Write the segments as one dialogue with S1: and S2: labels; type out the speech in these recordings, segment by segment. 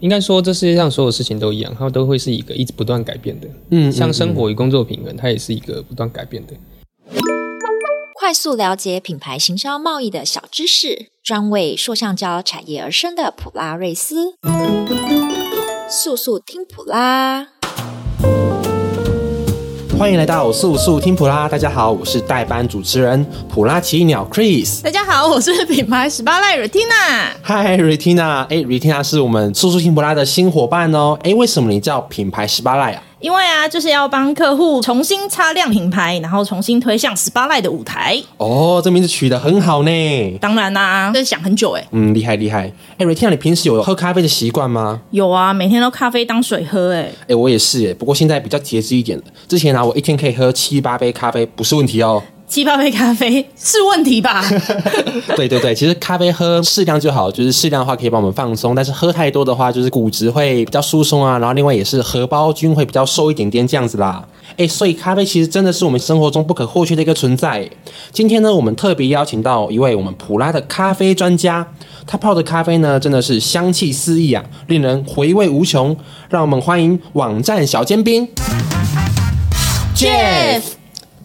S1: 应该说这世界上所有事情都一样，它都会是一个一直不断改变的。
S2: 嗯嗯
S1: 像生活与工作平衡，它也是一个不断改变的。
S3: 快速了解品牌行销贸易的小知识，专为塑橡胶产业而生的普拉瑞斯，速速听普拉。
S2: 欢迎来到速速听普拉，大家好，我是代班主持人普拉奇鸟 Chris。
S4: 大家好，我是品牌十八赖 Retina。
S2: 嗨，Retina，哎，Retina 是我们速速听普拉的新伙伴哦。哎，为什么你叫品牌十八赖啊？
S4: 因为啊，就是要帮客户重新擦亮品牌，然后重新推向十八赖的舞台。
S2: 哦，这名字取得很好呢。
S4: 当然啦、这想很久哎、
S2: 嗯，厉害厉害。哎，Retina，你平时有喝咖啡的习惯吗？
S4: 有啊，每天都咖啡当水喝哎、
S2: 哎，我也是哎，不过现在比较节制一点了。之前啊，我一天可以喝七八杯咖啡，不是问题哦。
S4: 七八杯咖啡是问题 吧？
S2: 对对对，其实咖啡喝适量就好，就是适量的话可以帮我们放松，但是喝太多的话，就是骨质会比较疏松啊，然后另外也是荷包菌会比较瘦一点点这样子啦。哎，所以咖啡其实真的是我们生活中不可或缺的一个存在。今天呢，我们特别邀请到一位我们普拉的咖啡专家，他泡的咖啡呢真的是香气四溢啊，令人回味无穷。让我们欢迎网站小尖兵
S4: Jeff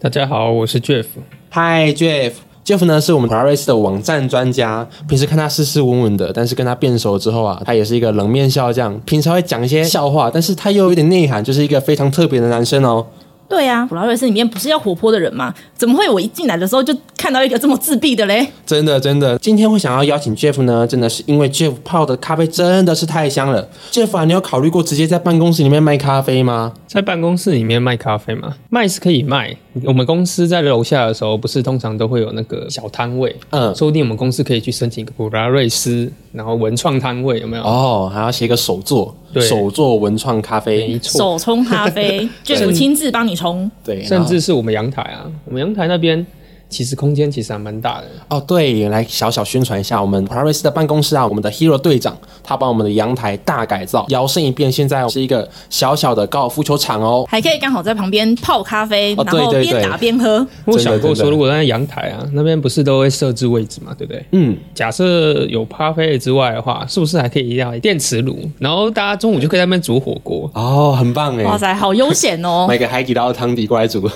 S1: 大家好，我是 Jeff。
S2: 嗨，Jeff。Jeff 呢是我们 p r a r i s 的网站专家，平时看他斯斯文文的，但是跟他变熟之后啊，他也是一个冷面笑匠，平常会讲一些笑话，但是他又有点内涵，就是一个非常特别的男生哦。
S4: 对啊，普拉瑞斯里面不是要活泼的人吗？怎么会我一进来的时候就看到一个这么自闭的嘞？
S2: 真的，真的，今天会想要邀请 Jeff 呢，真的是因为 Jeff 泡的咖啡真的是太香了。Jeff 啊，你有考虑过直接在办公室里面卖咖啡吗？
S1: 在办公室里面卖咖啡嘛，卖是可以卖。我们公司在楼下的时候，不是通常都会有那个小摊位，
S2: 嗯
S1: 说不定我们公司可以去申请一个普拉瑞斯，然后文创摊位有没有？
S2: 哦，还要写一个手作，
S1: 对
S2: 手作文创咖
S1: 没
S2: 啡，
S1: 错，
S4: 手冲咖 啡，卷
S1: 对
S4: 主亲自帮你冲。
S2: 对，然
S1: 甚
S2: 后
S1: 至是我们阳台啊，我们阳台那边其实空间其实还蛮大的。
S2: 哦，对，来小小宣传一下我们 p a r i s 的办公室啊，我们的 Hero 队长他把我们的阳台大改造，摇身一变，现在是一个小小的高尔夫球场哦。
S4: 还可以刚好在旁边泡咖啡，
S2: 哦
S4: 然后
S2: 对对
S4: 边
S2: 对
S4: 打边喝。
S1: 我想过
S2: 真
S1: 说，
S2: 的
S1: 如果在阳台啊那边不是都会设置位置嘛，对不对？
S2: 嗯，
S1: 假设有咖啡之外的话，是不是还可以要电磁炉？然后大家中午就可以在那边煮火 锅。
S2: 哦，很棒
S4: 哇
S2: 哎，
S4: 塞，好悠闲哦！
S2: 买个海底捞的汤底过来煮。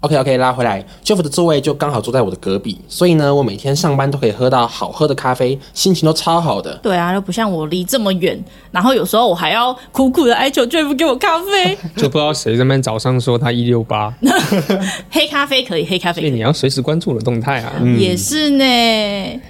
S2: OK OK，拉回来，Jeff 的座位就刚好坐在我的隔壁，所以呢，我每天上班都可以喝到好喝的咖啡，心情都超好的。
S4: 对啊，又不像我离这么远，然后有时候我还要苦苦的哀求 Jeff 给我咖 啡，
S1: 就不知道谁在那边早上说他一六八，
S4: 黑咖啡可以，黑咖
S1: 所以
S4: 啡
S1: 你要随时关注我的动态
S2: 嗯
S1: 啊。
S4: 也是呢。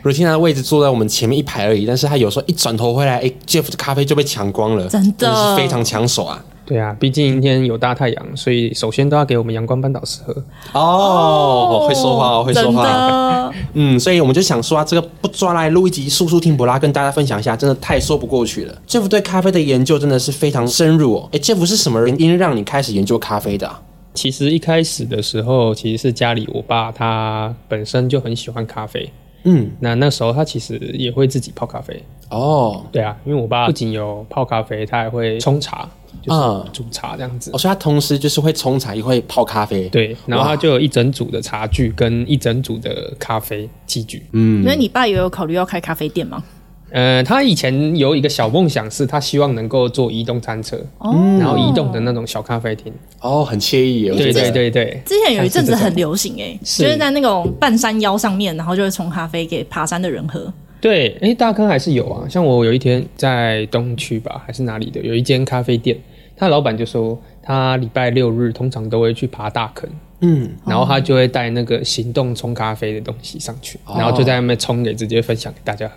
S2: Rutina 的位置坐在我们前面一排而已，但是他有时候一转头回来，哎、j e f f 的咖啡就被抢光了，
S4: 真的
S2: 是非常抢手啊。
S1: 对啊，毕竟今天有大太阳，所以首先都要给我们阳光半岛适合。
S2: 哦，会说话哦，会说
S4: 真
S2: 话。
S4: 的。
S2: 嗯，所以我们就想说啊，这个不抓来录一集速速听博拉，跟大家分享一下，真的太说不过去了。Jeff 对咖啡的研究真的是非常深入哦。哎，Jeff 是什么原因让你开始研究咖啡的啊、
S1: 其实一开始的时候，其实是家里我爸他本身就很喜欢咖啡，
S2: 嗯，
S1: 那那时候他其实也会自己泡咖啡。
S2: 哦，
S1: 对啊，因为我爸不啊仅有泡咖啡，他还会冲茶，就是
S2: 嗯
S1: 煮茶这样子。
S2: 哦，所以他同时就是会冲茶，也会泡咖啡。，
S1: 对，然后
S2: 哇
S1: 他就有一整组的茶具跟一整组的咖啡器具。
S2: 嗯，
S4: 所以你爸也有考虑要开咖啡店吗？
S1: 呃，他以前有一个小梦想，是他希望能够做移动餐车，
S4: 哦，
S1: 然后移动的那种小咖啡厅。
S2: 哦，很惬意耶。我
S1: 对
S2: 觉得
S1: 对，对 对，
S4: 之前有一阵子很流行哎、
S1: 是
S4: 就是在那种半山腰上面，然后就会冲咖啡给爬山的人喝。
S1: 对，哎，大坑还是有啊。像我有一天在东区吧，还是哪里的，有一间咖啡店，他老板就说他礼拜六日通常都会去爬大坑，
S2: 嗯，
S1: 然后他就会带那个行动冲咖啡的东西上去，
S2: 哦
S1: 然后就在那边冲给直接分享给大家喝。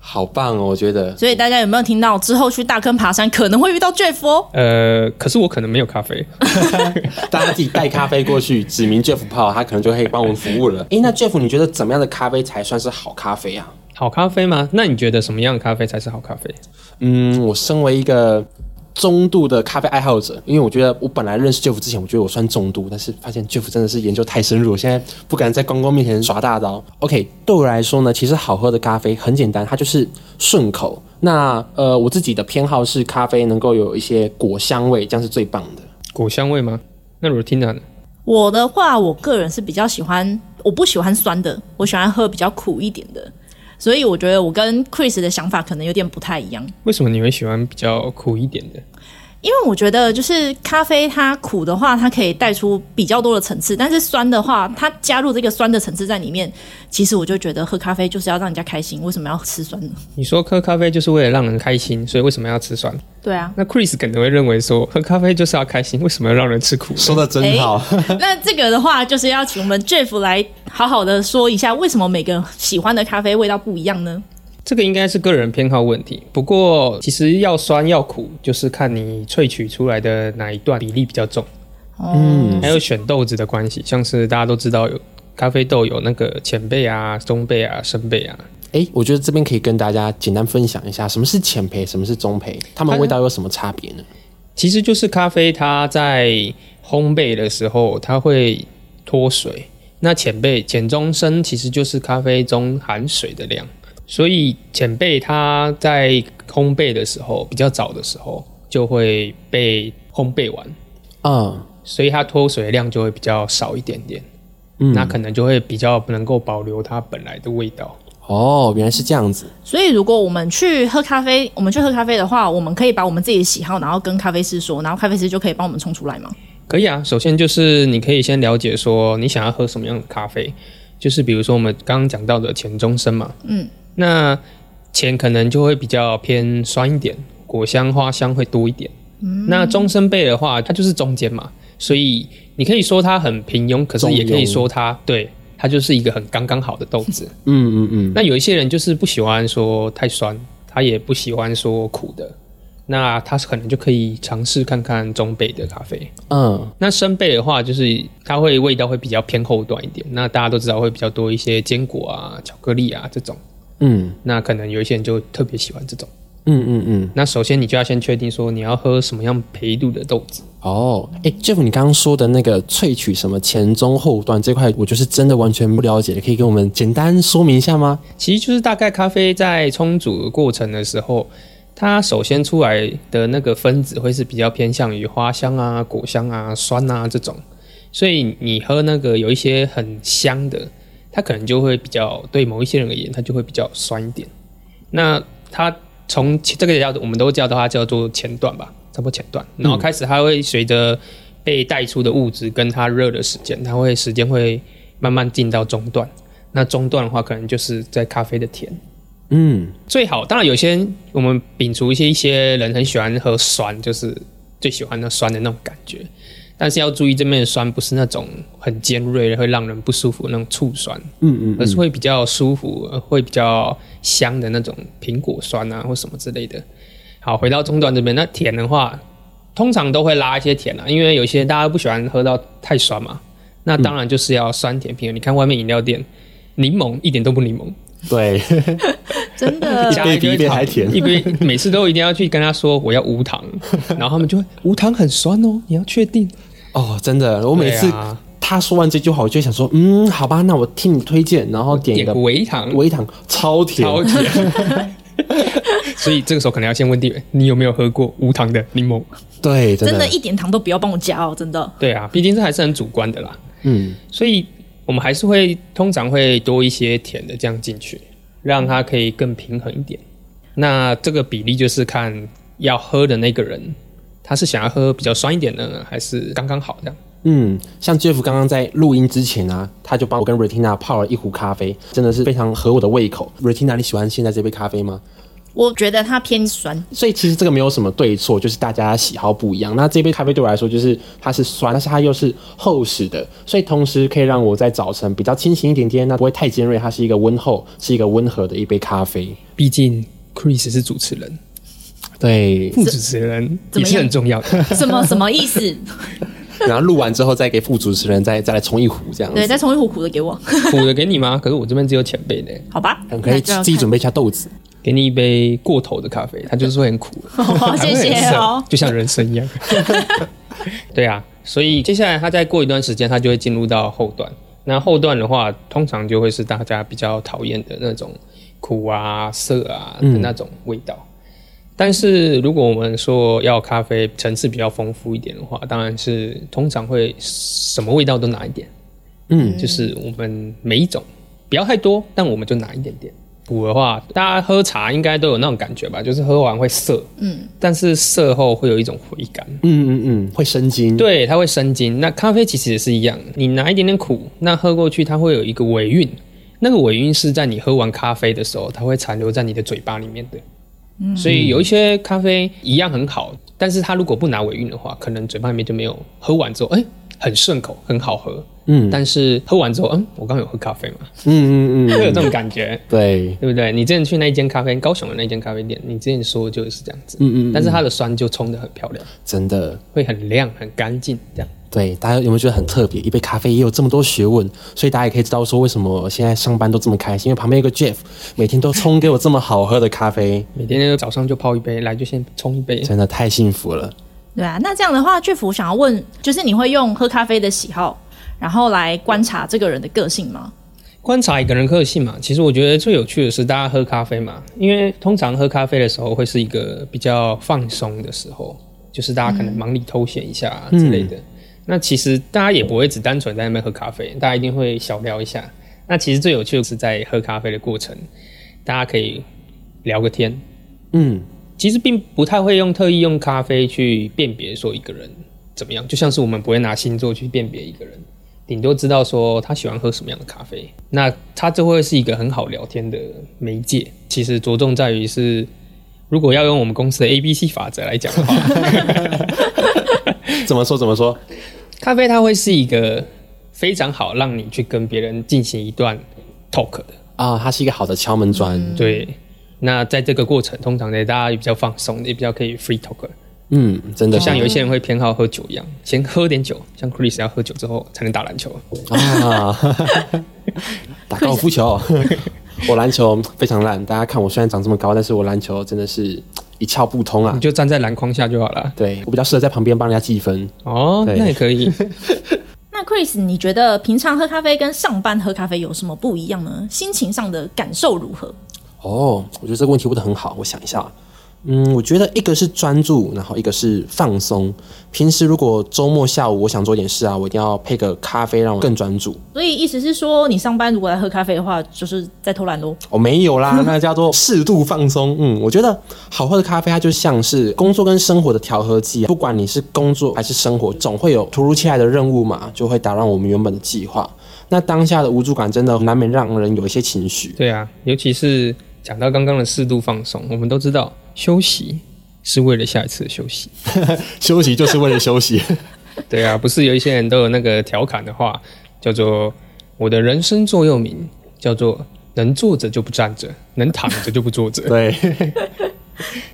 S2: 好棒哦，我觉得。
S4: 所以大家有没有听到？之后去大坑爬山可能会遇到 Jeff 哦。
S1: 呃，可是我可能没有咖啡，
S2: 大家自己带咖啡过去，指明 Jeff 泡，他可能就可以帮我们服务了。哎，那 Jeff，你觉得怎么样的咖啡才算是好咖啡啊？
S1: 好咖啡吗？那你觉得什么样的咖啡才是好咖啡？
S2: 嗯，我身为一个中度的咖啡爱好者，因为我觉得我本来认识 Jeff 之前，我觉得我算中度，但是发现 Jeff 真的是研究太深入，我现在不敢在观光面前耍大刀。OK，对我来说呢，其实好喝的咖啡很简单，它就是顺口。那呃，我自己的偏好是咖啡能够有一些果香味，这样是最棒的。
S1: 果香味吗？那 Rutina 呢？
S4: 我的话，我个人是比较喜欢，我不喜欢酸的，我喜欢喝比较苦一点的。所以我觉得我跟 Chris 的想法可能有点不太一样。
S1: 为什么你会喜欢比较苦一点的？
S4: 因为我觉得，就是咖啡它苦的话，它可以带出比较多的层次；但是酸的话，它加入这个酸的层次在里面，其实我就觉得喝咖啡就是要让人家开心，为什么要吃酸呢？
S1: 你说喝咖啡就是为了让人开心，所以为什么要吃酸？
S4: 对啊，
S1: 那 Chris 可能会认为说，喝咖啡就是要开心，为什么要让人吃苦呢？
S2: 说的真好，
S4: 那这个的话，就是要请我们 Jeff 来好好的说一下，为什么每个人喜欢的咖啡味道不一样呢？
S1: 这个应该是个人偏好问题。不过，其实要酸要苦，就是看你萃取出来的哪一段比例比较重，
S4: 嗯，
S1: 还有选豆子的关系。像是大家都知道有咖啡豆有那个浅焙啊、中焙啊、深焙啊。
S2: 哎、我觉得这边可以跟大家简单分享一下，什么是浅焙，什么是中焙，它们味道有什么差别呢？
S1: 其实就是咖啡它在烘焙的时候，它会脱水。那浅焙、浅中深其实就是咖啡中含水的量，所以浅焙它在烘焙的时候，比较早的时候就会被烘焙完，
S2: 嗯，
S1: 所以它脱水量就会比较少一点点。那可能就会比较不能够保留它本来的味道。
S2: 哦，原来是这样子。
S4: 所以如果我们去喝咖啡，我们去喝咖啡的话，我们可以把我们自己的喜好，然后跟咖啡师说，然后咖啡师就可以帮我们冲出来嘛。
S1: 可以啊，首先就是你可以先了解说你想要喝什么样的咖啡，就是比如说我们刚刚讲到的浅中深嘛，嗯，那浅可能就会比较偏酸一点，果香花香会多一点。嗯、那中深焙的话，它就是中间嘛，所以你可以说它很平庸，可是也可以说它对它就是一个很刚刚好的豆子。
S2: 嗯嗯嗯，
S1: 那有一些人就是不喜欢说太酸，他也不喜欢说苦的，那他可能就可以尝试看看中焙的咖啡。
S2: 嗯，
S1: 那生焙的话，就是它会味道会比较偏后端一点。那大家都知道会比较多一些坚果啊、巧克力啊这种。
S2: 嗯
S1: 那可能有一些人就特别喜欢这种。
S2: 嗯嗯嗯，
S1: 那首先你就要先确定说你要喝什么样培度的豆子。
S2: 哦，哎、j e f f 你刚刚说的那个萃取什么前中后段这块，我就是真的完全不了解的，可以给我们简单说明一下吗？
S1: 其实就是大概咖啡在冲煮的过程的时候，它首先出来的那个分子会是比较偏向于花香啊、果香啊、酸啊这种，所以你喝那个有一些很香的，它可能就会比较对某一些人而言，它就会比较酸一点。那它从这个叫我们都叫它叫做前段吧，差不多前段，然后开始它会随着被带出的物质跟它热的时间，它会时间会慢慢进到中段。那中段的话，可能就是在咖啡的甜。
S2: 嗯，
S1: 最好当然有些我们摒除一些一些人很喜欢喝酸，就是最喜欢那酸的那种感觉。但是要注意，这边的酸不是那种很尖锐的，会让人不舒服的那种醋酸，
S2: 嗯嗯
S1: 而是会比较舒服、呃会比较香的那种苹果酸啊，或什么之类的。好，回到中段这边，那甜的话，通常都会拉一些甜啊，因为有些大家不喜欢喝到太酸嘛。那当然就是要酸甜平衡。你看外面饮料店，柠檬一点都不柠檬，
S2: 对，
S4: 真 的
S1: 加了
S2: 一杯比一杯
S1: 糖
S2: 还甜
S1: 一杯每次都一定要去跟他说我要无 糖，然后他们就会无糖很酸哦，你要确定。
S2: 哦，真的，我每次
S1: 对啊
S2: 他说完这句话，我就想说，嗯，好吧，那我听你推荐，然后点一
S1: 点
S2: 个
S1: 微糖，
S2: 微糖，超甜，
S1: 超甜。 所以这个时候可能要先问店员，你有没有喝过无糖的柠檬？
S2: 对，真
S4: 真
S2: 的，
S4: 的，一点糖都不要帮我加哦，真的。
S1: 对啊，毕竟这还是很主观的啦，
S2: 嗯
S1: 所以我们还是会通常会多一些甜的这样进去，让它可以更平衡一点。那这个比例就是看要喝的那个人，他是想要喝比较酸一点的呢，还是刚刚好这样？
S2: 嗯，像 Jeff 刚刚在录音之前啊，他就帮我跟 Retina 泡了一壶咖啡，真的是非常合我的胃口。Retina，你喜欢现在这杯咖啡吗？
S4: 我觉得它偏酸，
S2: 所以其实这个没有什么对错，就是大家喜好不一样。那这杯咖啡对我来说，就是它是酸，但是它又是厚实的，所以同时可以让我在早晨比较清醒一点点，那不会太尖锐，它是一个温厚，是一个温和的一杯咖啡。
S1: 毕竟 Chris 是主持人，
S2: 对，
S1: 副主持人
S4: 怎
S1: 也
S4: 么样
S1: 是很重要 的。
S4: 什么什么意思？
S2: 然后录完之后再给副主持人再再来冲一壶这样
S4: 对，
S2: 子，
S4: 再冲一壶苦的给我，
S1: 苦的给你吗？可是我这边只有浅焙的，
S4: 好吧？
S2: 可以自己准备一下豆子。
S1: 给你一杯过头的咖啡，它就是会很苦。
S4: 好，谢谢哦。
S1: 啊就像人生一样。对啊， 所以接下来它再过一段时间，它就会进入到后段。那后段的话，通常就会是大家比较讨厌的那种苦啊、涩啊的那种味道。但是如果我们说要咖啡层次比较丰富一点的话，当然是通常会什么味道都拿一点，
S2: 嗯
S1: 就是我们每一种不要太多，但我们就拿一点点。补的话，大家喝茶应该都有那种感觉吧，就是喝完会涩，嗯，但是涩后会有一种回甘，
S2: 嗯嗯嗯，会生津。
S1: 对，它会生津。那咖啡其实也是一样，你拿一点点苦，那喝过去它会有一个尾韵，那个尾韵是在你喝完咖啡的时候，它会残留在你的嘴巴里面的。
S2: 嗯
S1: 所以有一些咖啡一样很好，但是它如果不拿尾韵的话，可能嘴巴里面就没有。喝完之后，哎、很顺口，很好喝。
S2: 嗯
S1: 但是喝完之后，嗯，我刚刚有喝咖啡嘛，
S2: 嗯嗯
S1: 会有
S2: 嗯，
S1: 这种感觉，
S2: 对，
S1: 对不对？你之前去那一间咖啡，高雄的那间咖啡店，你之前说就是这样子，
S2: 嗯嗯嗯
S1: 但是它的酸就冲得很漂亮，
S2: 真的。
S1: 会很亮、很干净这样。
S2: 对，大家有没有觉得很特别？一杯咖啡也有这么多学问，所以大家也可以知道说为什么现在上班都这么开心，因为旁边有个 Jeff，每天都冲给我这么好喝的咖啡，
S1: 每天早上就泡一杯，来就先冲一杯。
S2: 真的太幸福了。
S4: 对 啊，那这样的话，巨福想要问，就是你会用喝咖啡的喜好，然后来观察这个人的个性吗？
S1: 观察一个人个性嘛，其实我觉得最有趣的是大家喝咖啡嘛，因为通常喝咖啡的时候会是一个比较放松的时候，就是大家可能忙里偷闲一下、啊之类的。那其实大家也不会只单纯在那边喝咖啡，大家一定会小聊一下。那其实最有趣的是在喝咖啡的过程，大家可以聊个天。
S2: 嗯，
S1: 其实并不太会用特意用咖啡去辨别说一个人怎么样，就像是我们不会拿星座去辨别一个人，顶多知道说他喜欢喝什么样的咖啡，那他就会是一个很好聊天的媒介。其实着重在于是，如果要用我们公司的 A B C 法则来讲的话，
S2: 怎么说怎么说？
S1: 咖啡它会是一个非常好让你去跟别人进行一段 talk 的。
S2: 啊，它是一个好的敲门砖。
S1: 对，那在这个过程，通常呢大家也比较放松，也比较可以 free talk。
S2: 嗯，真的
S1: 就像有一些人会偏好喝酒一样，先喝点酒，像 Chris 要喝酒之后才能打篮球。
S2: 啊，打高尔夫球，我篮球非常烂。大家看我虽然长这么高，但是我篮球真的是一窍不通啊
S1: 你。就站在篮筐下就好了。
S2: 对我比较适合在旁边帮人家计分。
S1: 哦，
S2: 对
S1: 那也可以。
S4: 那 Chris，你觉得平常喝咖啡跟上班喝咖啡有什么不一样呢？心情上的感受如何？
S2: 哦，我觉得这个问题问的很好，我想一下。嗯，我觉得一个是专注，然后一个是放松。平时如果周末下午我想做点事啊，我一定要配个咖啡让我更专注。
S4: 所以意思是说，你上班如果来喝咖啡的话，就是在偷懒喽。
S2: 哦，没有 啦，那叫做适度放松。嗯，我觉得好喝的咖啡，它就像是工作跟生活的调和剂啊。不管你是工作还是生活，总会有突如其来的任务嘛，就会打乱我们原本的计划。那当下的无助感真的难免让人有一些情绪。
S1: 对啊，尤其是讲到刚刚的适度放松，我们都知道休息是为了下一次的休息。
S2: 休息就是为了休息。
S1: 对啊，不是有一些人都有那个调侃的话，叫做我的人生座右铭，叫做能坐着就不站着，能躺着就不坐着。
S2: 对，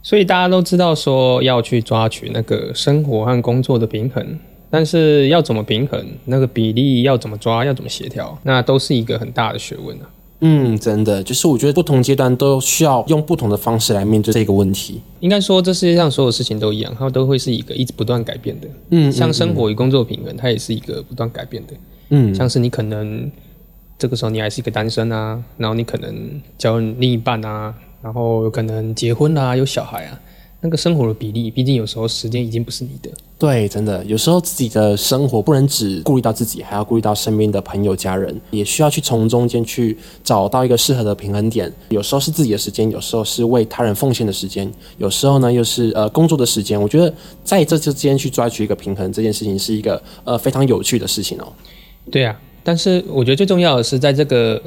S1: 所以大家都知道说要去抓取那个生活和工作的平衡，但是要怎么平衡，那个比例要怎么抓，要怎么协调，那都是一个很大的学问啊。
S2: 嗯，真的，就是我觉得不同阶段都需要用不同的方式来面对这个问题。
S1: 应该说，这世界上所有事情都一样，它都会是一个一直不断改变的。嗯，像生活与工作平衡，它也是一个不断改变的。
S2: 嗯，
S1: 像是你可能这个时候你还是一个单身啊，然后你可能交另一半啊，然后有可能结婚啦、有小孩啊，那个生活的比例，毕竟有时候时间已经不是你的。
S2: 对，真的，有时候自己的生活不能只顾虑到自己，还要顾虑到身边的朋友、家人，也需要去从中间去找到一个适合的平衡点。有时候是自己的时间，有时候是为他人奉献的时间，有时候呢又是呃工作的时间。我觉得在这之间去抓取一个平衡，这件事情是一个呃非常有趣的事情哦。
S1: 对啊，但是我觉得最重要的是，在这个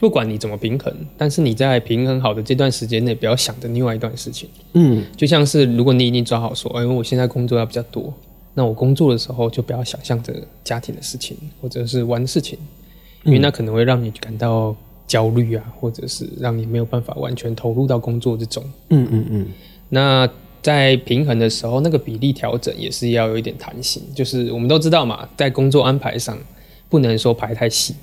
S1: 不管你怎么平衡，但是你在平衡好的这段时间内，不要想着另外一段事情。
S2: 嗯，
S1: 就像是如果你已经抓好说，哎，我现在工作要比较多，那我工作的时候就不要想象着家庭的事情或者是玩的事情，因为那可能会让你感到焦虑啊，或者是让你没有办法完全投入到工作之中。
S2: 嗯嗯嗯，
S1: 那在平衡的时候，那个比例调整也是要有一点弹性，就是我们都知道嘛，在工作安排上不能说排太细。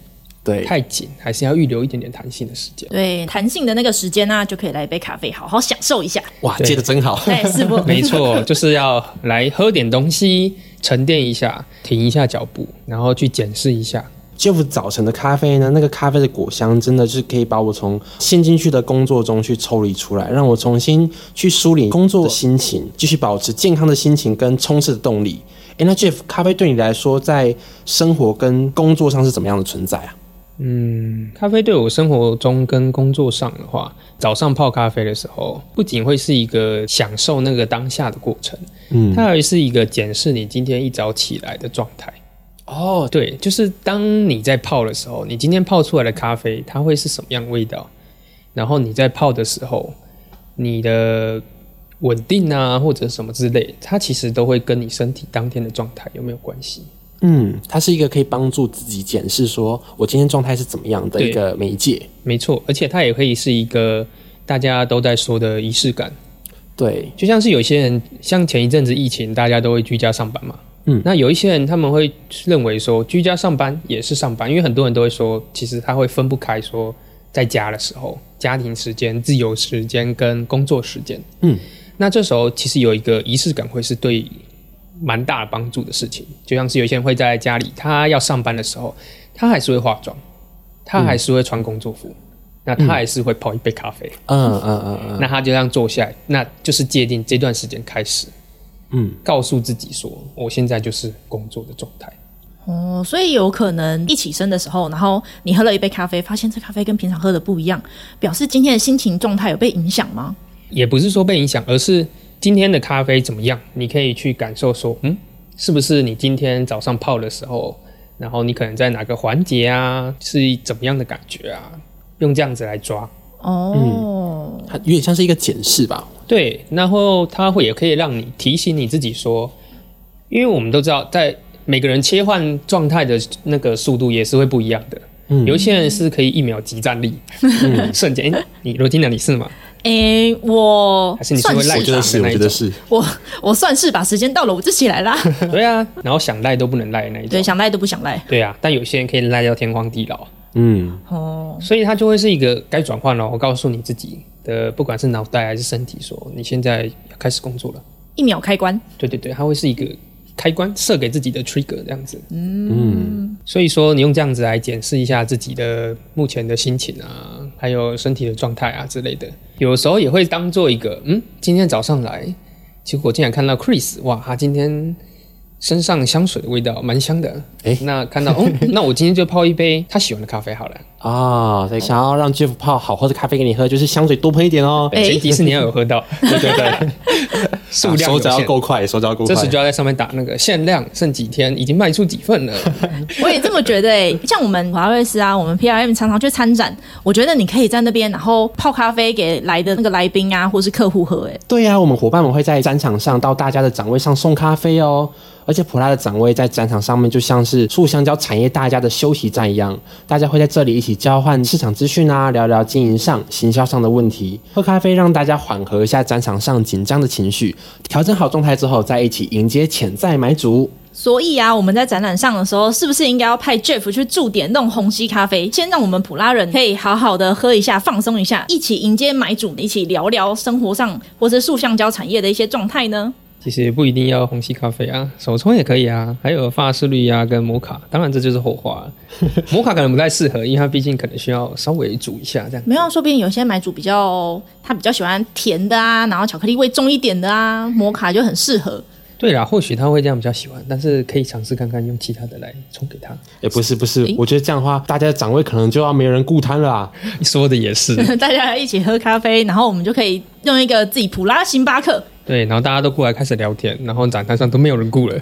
S2: 对，
S1: 太紧，还是要预留一点点弹性的时间。
S4: 对，弹性的那个时间呢、就可以来一杯咖啡，好好享受一下。
S2: 哇，
S1: 对
S2: 接的真好。
S4: 对，是不？
S1: 没错，就是要来喝点东西，沉淀一下，停一下脚步，然后去检视一下。
S2: Jeff 早晨的咖啡呢，那个咖啡的果香真的是可以把我从陷进去的工作中去抽离出来，让我重新去梳理工作的心情，继续保持健康的心情跟充实的动力。诶，那 Jeff，咖啡对你来说在生活跟工作上是怎么样的存在啊？
S1: 嗯，咖啡对我生活中跟工作上的话，早上泡咖啡的时候，不仅会是一个享受那个当下的过程，
S2: 嗯，
S1: 它还是一个检视你今天一早起来的状态。
S2: 哦，
S1: 对，就是当你在泡的时候，你今天泡出来的咖啡，它会是什么样的味道？然后你在泡的时候，你的稳定啊，或者什么之类，它其实都会跟你身体当天的状态有没有关系？
S2: 嗯，它是一个可以帮助自己检视说我今天状态是怎么样的
S1: 对
S2: 一个媒介。
S1: 没错，而且它也可以是一个大家都在说的仪式感。
S2: 对，
S1: 就像是有些人，像前一阵子疫情，大家都会居家上班嘛。
S2: 嗯
S1: 那有一些人他们会认为说居家上班也是上班，因为很多人都会说，其实他会分不开说在家的时候，家庭时间、自由时间跟工作时间。
S2: 嗯，
S1: 那这时候其实有一个仪式感会是对蛮大的帮助的事情，就像是有些人会在家里，他要上班的时候，他还是会化妆，他
S2: 嗯
S1: 还是会穿工作服，那他还是会泡一杯咖啡。
S2: 嗯嗯嗯嗯
S1: 那他就这样坐下来，那就是界定这段时间开始，
S2: 嗯，
S1: 告诉自己说，我现在就是工作的状态。
S4: 哦，所以有可能一起身的时候，然后你喝了一杯咖啡，发现这咖啡跟平常喝的不一样，表示今天的心情状态有被影响吗？
S1: 也不是说被影响，而是今天的咖啡怎么样，你可以去感受说，嗯，是不是你今天早上泡的时候，然后你可能在哪个环节啊，是怎么样的感觉啊？用这样子来抓，
S4: 哦，
S2: 它有点像是一个检视吧。
S1: 对，然后它会也可以让你提醒你自己说，因为我们都知道，在每个人切换状态的那个速度也是会不一样的。
S2: 嗯
S1: 有一些人是可以一秒即战力，瞬间。诶你罗金良，你是吗？
S4: 诶、我
S1: 还是你是
S4: 算
S1: 会赖
S2: 我觉
S1: 床
S2: 得
S1: 的
S2: 是，
S1: 那
S2: 我
S1: 一
S2: 觉
S1: 种
S2: 得？是。
S4: 我我算是把时间到了，我就起来 啦。
S1: 对啊，然后想赖都不能赖的那一种
S4: 对，。想赖都不想赖。
S1: 对啊，但有些人可以赖到天荒地老，
S2: 嗯，
S4: 哦，
S1: 所以它就会是一个该转换了。我告诉你自己的，不管是脑袋还是身体说你现在要开始工作了。
S4: 一秒开关。
S1: 对对对，它会是一个开关设给自己的 trigger 这样子。嗯，所以说你用这样子来检视一下自己的目前的心情啊，还有身体的状态啊之类的，有时候也会当做一个，嗯，今天早上来，结果竟然看到 Chris，哇，他今天。身上香水的味道蛮香的，
S2: 诶
S1: 那看到 哦，那我今天就泡一杯他喜欢的咖啡好了。
S2: 啊、所以想要让 Jeff 泡好喝的咖啡给你喝，就是香水多喷一点哦。
S4: 诶
S1: 前提是你要有喝 到，
S2: 对对对，
S1: 数量
S2: 啊手
S1: 有
S2: 指要
S1: 限。
S2: 够快，手指要够快。
S1: 这时就要在上面打那个限量，剩几天，已经卖出几份了。
S4: 我也这么觉得诶、像我们华瑞斯啊，我们 PRM 常常去参展，我觉得你可以在那边，然后泡咖啡给来的那个来宾啊，或是客户喝、诶，
S2: 对呀、我们伙伴们会在展场上到大家的展位上送咖啡哦。而且普拉的展位在展场上面就像是树香蕉产业大家的休息站一样，大家会在这里一起交换市场资讯啊，聊聊经营上、行销上的问题。喝咖啡让大家缓和一下展场上紧张的情绪，调整好状态之后，再一起迎接潜在买主。
S4: 所以啊，我们在展览上的时候，是不是应该要派 Jeff 去驻点弄虹吸咖啡，先让我们普拉人可以好好的喝一下，放松一下，一起迎接买主，一起聊聊生活上或是塑橡胶产业的一些状态呢？
S1: 其实也不一定要虹吸咖啡啊，手冲也可以啊，还有法式绿啊跟摩卡，当然这就是后话、 摩卡可能不太适合，因为它毕竟可能需要稍微煮一下这样。
S4: 没有啊，说不定有些买主比较他比较喜欢甜的啊，然后巧克力味重一点的啊，摩卡就很适合。
S1: 对啦，或许他会这样比较喜欢，但是可以尝试看看用其他的来冲给他。
S2: 哎，不是不是，我觉得这样的话，大家的展位可能就要没人顾摊了啊。
S1: 你说的也是，
S4: 大家一起喝咖啡，然后我们就可以用一个自己普拉星巴克。
S1: 对，然后大家都过来开始聊天，然后展台上都没有人顾了。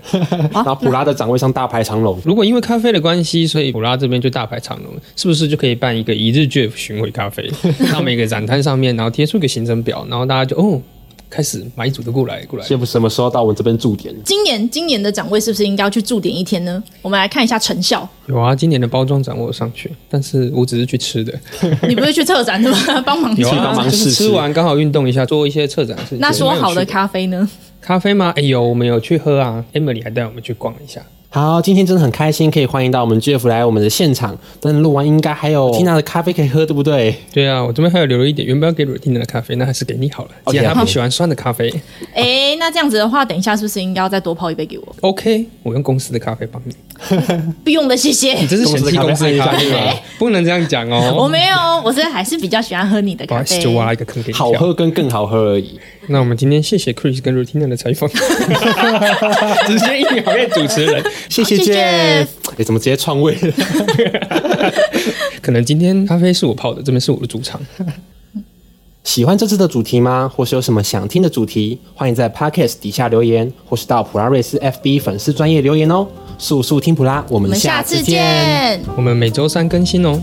S2: 然后普拉的展位上大排长龙。
S1: 如果因为咖啡的关系，所以普拉这边就大排长龙，是不是就可以办一个一日券巡回咖 啡？到每个展摊上面，然后贴出个行程表，然后大家就哦，开始买主的过来过来。
S2: 谢不什么时候到我们这边驻点？
S4: 今年今年的展位是不是应该要去驻点一天呢？我们来看一下成 效。
S1: 有啊，今年的包装展我有上去，但是我只是去吃的。
S4: 你不是去策展的吗？帮忙
S1: 有
S4: 去
S1: 啊
S2: 帮，忙
S1: 就是
S2: 试吃
S1: 吃完刚好运动一下，做一些策展事情。
S4: 那说好的
S1: 咖
S4: 咖啡呢？
S1: 咖啡吗？哎、有，我们有去喝啊。Emily 还带我们去逛一下。
S2: 好，今天真的很开心，可以欢迎到我们 Jeff 来我们的现场。但录完应该还有 Tina 的咖啡可以喝，对不对？
S1: 对啊，我这边还有留了一点，原本要给 Retina 的咖啡，那还是给你好了。既
S2: OK，
S1: 然他
S2: 好
S1: 不喜欢酸的咖啡
S4: 哎、那这样子的话，等一下是不是应该要再多泡一杯 给我？
S1: ，OK，我用公司的咖啡帮你。
S4: 不用了，谢谢
S1: 你。这是嫌弃公司的咖
S2: 公司
S1: 啡
S2: 的咖啡
S1: 吗？不能这样讲
S4: 我
S1: 哦。
S4: 没有，我是还是比较喜欢喝你的
S1: 不好
S4: 咖
S1: 意思，
S4: 啡
S1: 就。啊挖一个坑给你
S2: 好
S1: 跳。
S2: 喝跟更好喝而已。
S1: 那我们今天谢谢 Chris 跟 Retina 的采访，直接一秒变主持人。
S2: 谢谢
S4: 谢谢
S2: Jeff，哎，怎么直接篡位了？
S1: 可能今天咖啡是我泡的，这边是我的主场。
S2: 喜欢这次的主题吗？或是有什么想听的主题？欢迎在 Podcast 底下留言，或是到普拉瑞斯 FB 粉丝专业留言哦。速速听普拉，我
S4: 我
S2: 们
S4: 们
S2: 下
S4: 下
S2: 次
S4: 次
S2: 见。
S4: 见。
S1: 我们每周三更新哦。